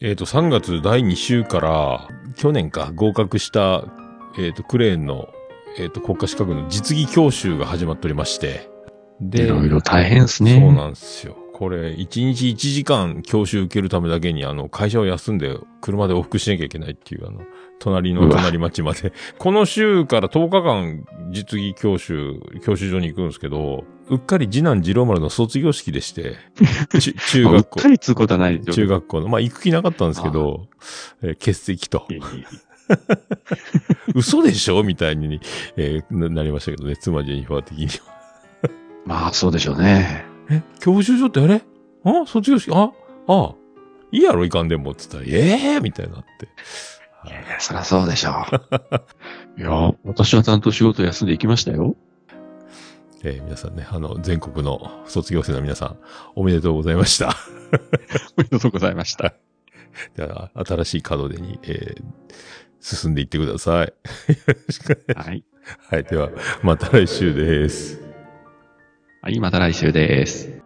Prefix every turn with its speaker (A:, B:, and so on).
A: えっ、と、3月第2週から、去年か、合格した、えっ、と、クレーンの、えっ、と、国家資格の実技教習が始まっておりまして。で
B: いろいろ大変ですね。
A: そうなんですよ。これ、1日1時間教習受けるためだけに、あの、会社を休んで、車で往復しなきゃいけないっていう、あの、隣の
B: うわ
A: 隣町まで。この週から10日間、実技教習、教習所に行くんですけど、うっかり次男次郎丸の卒業式でして、 ち中
B: まあうっ
A: 学校
B: か。りつうことはないでしょ
A: 中学校の、まあ、行く気なかったんですけど、えー欠席と
B: い。やいやいや
A: 嘘でしょみたいに、えーななりましたけどね、妻ジェニファー的には。
B: まあ、そうでしょう ね。
A: え、教習所ってあれあ卒業式あああ、いいやろ、いかんでも、つったら、ええー、みたいになって。はい
B: や
A: い
B: いや、そりゃそうでしょう。いや、私はちゃんと仕事休んで行きましたよ。
A: えー皆さんね、あの、全国の卒業生の皆さん、おめでとうございました。
B: おめでとうございました。
A: じゃあ、新しい門出に、えー進んでいってください。よ ろしくね
B: はい。
A: はい、では、また来週です。
B: はい、また来週です。